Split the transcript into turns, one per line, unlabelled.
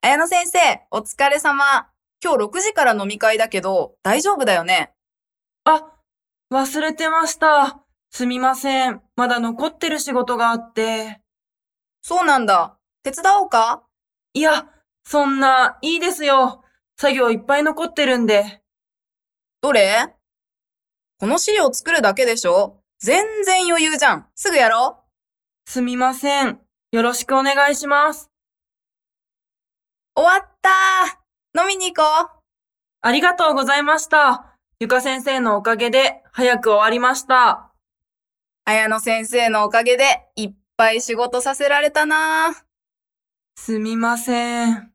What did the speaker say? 綾乃先生、お疲れ様。今日6時から飲み会だけど、大丈夫だよね
あ、忘れてました。すみません。まだ残ってる仕事があって。
そうなんだ。手伝おうか
いや、そんな、いいですよ。作業いっぱい残ってるんで。
どれこの資料作るだけでしょ全然余裕じゃん。すぐやろ
すみません。よろしくお願いします。
う。終わったー飲みに行こう。
ありがとうございました。ゆか先生のおかげで、早く終わりました。
綾乃先生のおかげで、いっぱい仕事させられたなー。
すみません。